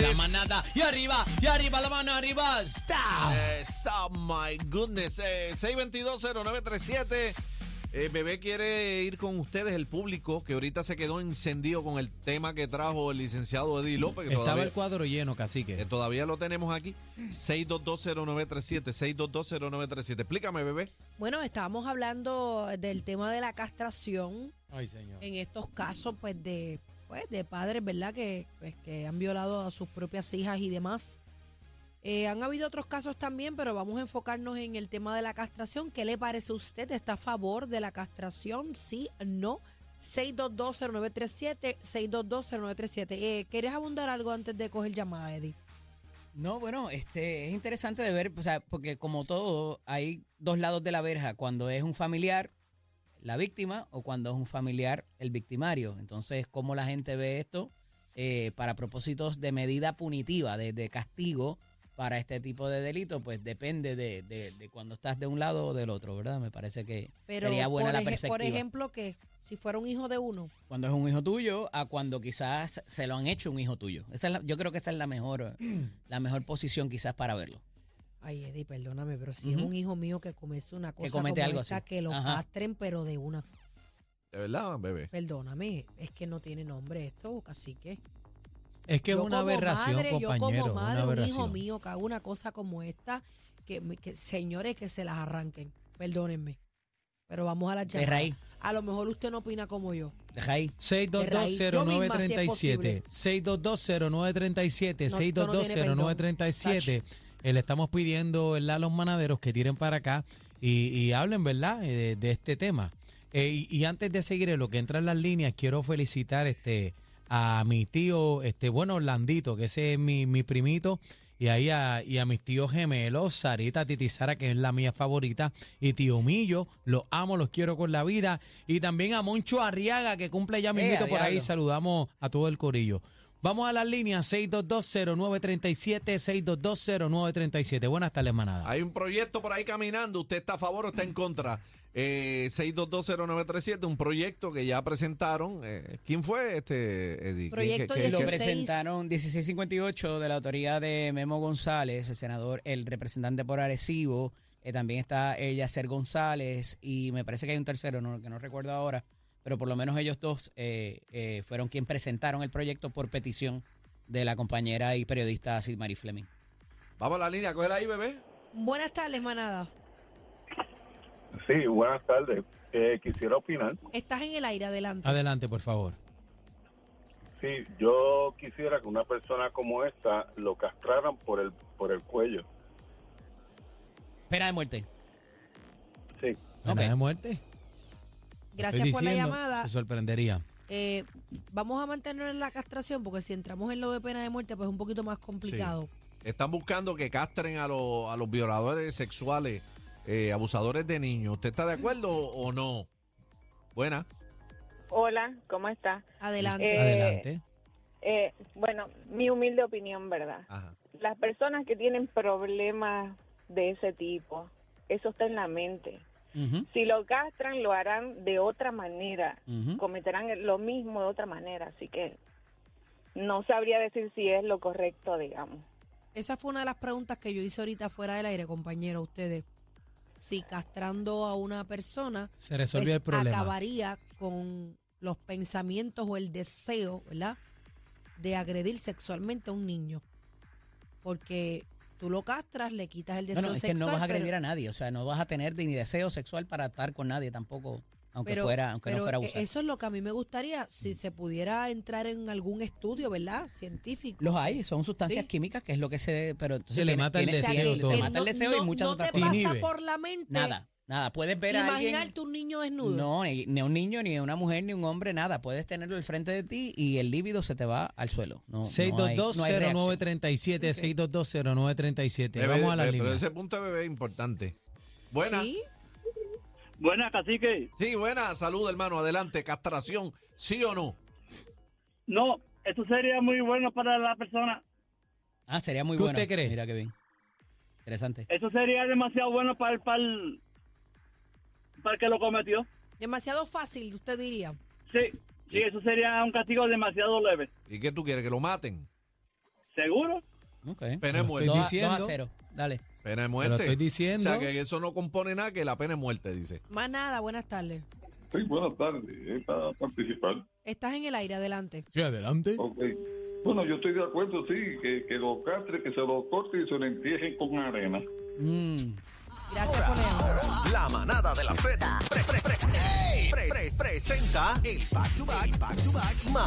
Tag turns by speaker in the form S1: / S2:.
S1: La manada. Y arriba, y arriba, la mano arriba. Está.
S2: Está, Eh, my goodness. Eh, 6220937. Eh, bebé quiere ir con ustedes, el público, que ahorita se quedó encendido con el tema que trajo el licenciado Eddie López. Que
S1: Estaba
S2: todavía,
S1: el cuadro lleno,
S2: que
S1: cacique.
S2: todavía lo tenemos aquí. 6220937, 6220937. Explícame, bebé.
S3: Bueno, estábamos hablando del tema de la castración
S1: Ay, señor.
S3: en estos casos, pues de, pues, de padres, ¿verdad? Que, pues, que han violado a sus propias hijas y demás. Eh, han habido otros casos también, pero vamos a enfocarnos en el tema de la castración. ¿Qué le parece a usted? ¿Está a favor de la castración? Sí, no. 6220937, 6220937. Eh, ¿Quieres abundar algo antes de coger llamada, Eddie?
S4: No, bueno, este es interesante de ver, o sea, porque como todo, hay dos lados de la verja, cuando es un familiar, la víctima, o cuando es un familiar, el victimario. Entonces, ¿cómo la gente ve esto eh, para propósitos de medida punitiva, de, de castigo para este tipo de delito? Pues depende de, de- de cuando estás de un lado o del otro, ¿verdad? Me parece que
S3: Pero
S4: sería buena
S3: por,
S4: la
S3: eje-
S4: perspectiva.
S3: por ejemplo, que si fuera un hijo de uno,
S4: cuando es un hijo tuyo a cuando quizás se lo han hecho un hijo tuyo. Esa es la- yo creo que esa es la mejor, eh, la mejor posición quizás para verlo.
S3: Ay, Eddie, perdóname, pero si es
S4: Ujú.
S3: un hijo mío que comete una cosa
S4: comete
S3: como
S4: algo
S3: esta,
S4: así.
S3: que lo
S4: Ajá.
S3: castren, pero de una.
S2: De verdad, bebé.
S3: Perdóname, es que no tiene nombre esto, cacique.
S1: Es que
S3: Yo
S1: es una
S3: como
S1: aberración,
S3: madre, Yo
S1: compañero.
S3: como
S1: una
S3: madre, un hijo
S1: aberración.
S3: mío que haga una cosa como esta, que, me- que- señores que se las arranquen, perdónenme. Pero vamos a la
S4: De
S3: charla.
S4: raíz,
S3: A lo mejor usted no opina como yo.
S4: de raíz.
S3: Yo
S1: 6220937,
S3: misma, No, esto
S1: 6220937,
S3: no tiene perdón.
S1: 6220937. Eh, Le estamos pidiendo ¿verdad? a los manaderos que tiren para acá y, y hablen ¿verdad? Eh, De, de este tema. Eh, y, y antes de seguir en lo que entra en las líneas, quiero felicitar este, a mi tío, este, bueno, Orlandito, que ese es mi, mi primito, y ahí a, y a mis tíos gemelos, Sarita, Titizara, que es la mía favorita, y tío Millo, los amo, los quiero con la vida, y también a Moncho Arriaga, que cumple ya
S4: Eh,
S1: mismito
S4: a
S1: por ahí,
S4: diablo.
S1: saludamos a todo el corillo. Vamos a las líneas 6220937, 6220937. Buenas tardes, manada.
S2: Hay un proyecto por ahí caminando. ¿Usted está a favor o está en contra? Eh, 6220937, un proyecto que ya presentaron. Eh, ¿Quién fue este, Eddie?
S3: Proyecto
S2: ¿Qué- qué-
S4: Lo
S3: 16.
S4: presentaron 1658 de la autoridad de Memo González, el senador, el representante por Arecibo. eh, también está eh, Yacer González y me parece que hay un tercero, no, que no recuerdo ahora, pero por lo menos ellos dos eh, eh, fueron quienes presentaron el proyecto por petición de la compañera y periodista Silmarie Fleming.
S2: Vamos a la línea, cógela ahí, bebé.
S3: Buenas tardes, manada.
S5: Sí, buenas tardes. Eh, quisiera opinar.
S3: Estás en el aire, adelante.
S1: Adelante, por favor.
S5: Sí, yo quisiera que una persona como esta lo castraran por el por el cuello.
S4: Pena de muerte.
S5: Sí.
S1: Pena
S4: Ok.
S1: de muerte.
S3: Gracias
S1: Ah, Estoy
S3: por la
S1: diciendo,
S3: llamada.
S1: Se sorprendería.
S3: Eh, vamos a mantenernos en la castración, porque si entramos en lo de pena de muerte, pues es un poquito más complicado.
S2: Están buscando que castren a, los- a los violadores sexuales, eh, abusadores de niños. ¿Usted está de acuerdo o no? Buena.
S6: Hola, ¿cómo está?
S3: Adelante.
S6: Eh,
S1: Adelante.
S6: Eh, bueno, mi humilde opinión, ¿verdad?
S2: Ajá.
S6: Las personas que tienen problemas de ese tipo, eso está en la mente.
S4: Ujú,
S6: Si lo castran, lo harán de otra manera,
S4: ujú.
S6: cometerán lo mismo de otra manera, así que no sabría decir si es lo correcto, digamos.
S3: Esa fue una de las preguntas que yo hice ahorita fuera del aire, compañero, a ustedes. Si castrando a una persona,
S1: Se resolvió
S3: pues,
S1: el problema.
S3: acabaría con los pensamientos o el deseo, ¿verdad? De agredir sexualmente a un niño. Porque tú lo castras, le quitas el
S4: No,
S3: deseo
S4: no, es que
S3: sexual.
S4: no vas a agredir
S3: pero-
S4: a nadie, o sea, no vas a tener ni deseo sexual para estar con nadie tampoco, aunque
S3: pero-
S4: fuera, aunque
S3: pero
S4: no fuera
S3: e-
S4: abusar.
S3: Eso es lo que a mí me gustaría, si se pudiera entrar en algún estudio, ¿verdad? Científico.
S4: Los hay, son sustancias
S3: Sí. Eh,
S4: químicas, que es lo que se... Pero entonces
S1: Se le
S4: tienes-
S1: mata el
S4: tienes-
S1: deseo,
S4: le
S1: todo.
S4: mata el
S3: no-
S4: deseo y
S3: no-
S4: muchas
S3: no
S4: otras
S3: te
S4: cosas.
S1: Te
S3: pasa
S1: inhibe.
S3: por la mente
S4: Nada, nada. Puedes ver a alguien...
S3: imaginarte un niño desnudo.
S4: No, ni ni un niño, ni una mujer, ni un hombre, nada. Puedes tenerlo al frente de ti y el líbido se te va al suelo. No, no hay- no hay reacción.
S1: 6220937, 6220937.
S2: Bebé,
S1: Vamos a la
S2: bebé, pero
S1: línea.
S2: ese punto de bebé es importante. Buena. Sí,
S3: Sí,
S7: Buenas, cacique.
S2: buena. Salud, hermano. Adelante. Castración. ¿Sí o no?
S7: No, esto sería muy bueno para la persona.
S4: Ah, sería muy
S1: ¿Qué
S4: bueno.
S1: usted cree?
S4: Mira qué bien. Interesante.
S7: Eso sería demasiado bueno para el, para el, para el que lo cometió.
S3: demasiado fácil, usted diría.
S7: Sí, sí, eso sería un castigo demasiado leve.
S2: ¿Y qué tú quieres? ¿Que lo maten?
S7: Sí, ¿Seguro?
S4: Ok.
S2: Pena de
S1: Lo
S2: muerte.
S1: estoy
S4: 2
S1: diciendo.
S4: a 0. Dale.
S2: Pena de
S1: Te
S2: muerte.
S1: lo estoy diciendo.
S2: O sea, que eso no compone nada que la pena es muerte, dice.
S3: Más nada, buenas tardes.
S5: Sí, buenas tardes. Es para participar.
S3: Estás en el aire, adelante.
S1: Sí, adelante.
S5: Ok. Bueno, yo estoy de acuerdo, sí, que, que lo castre, que se lo corte y se lo entierren con arena.
S4: Mm.
S3: Gracias por eso.
S8: La manada de la Z. Pre- pre- pre- pre- pre- presenta el back to back, back to back,